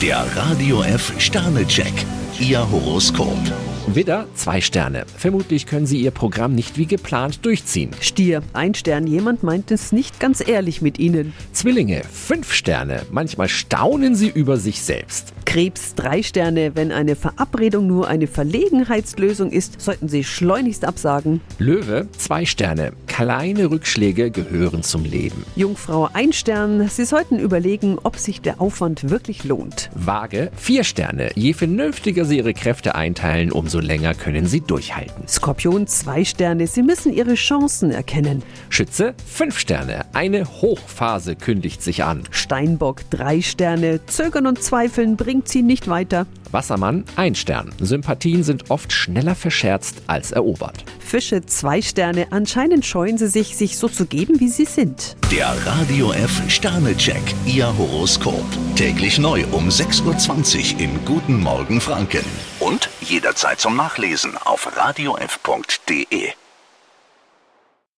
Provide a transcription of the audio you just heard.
Der Radio F Sternecheck, Ihr Horoskop. Widder, zwei Sterne. Vermutlich können Sie Ihr Programm nicht wie geplant durchziehen. Stier, ein Stern, jemand meint es nicht ganz ehrlich mit Ihnen. Zwillinge, fünf Sterne. Manchmal staunen Sie über sich selbst. Krebs, drei Sterne, wenn eine Verabredung nur eine Verlegenheitslösung ist, sollten Sie schleunigst absagen. Löwe, zwei Sterne. Kleine Rückschläge gehören zum Leben. Jungfrau, ein Stern, Sie sollten überlegen, ob sich der Aufwand wirklich lohnt. Waage, vier Sterne. Je vernünftiger Sie Ihre Kräfte einteilen, umso länger können Sie durchhalten. Skorpion, zwei Sterne, Sie müssen Ihre Chancen erkennen. Schütze, fünf Sterne. Eine Hochphase kündigt sich an. Steinbock, drei Sterne, Zögern und Zweifeln bringt Sie nicht weiter. Wassermann, ein Stern. Sympathien sind oft schneller verscherzt als erobert. Fische, zwei Sterne, anscheinend scheuen Sie sich, sich so zu geben, wie Sie sind. Der Radio F Sternecheck, Ihr Horoskop. Täglich neu um 6.20 Uhr im Guten Morgen Franken. Und jederzeit zum Nachlesen auf radiof.de.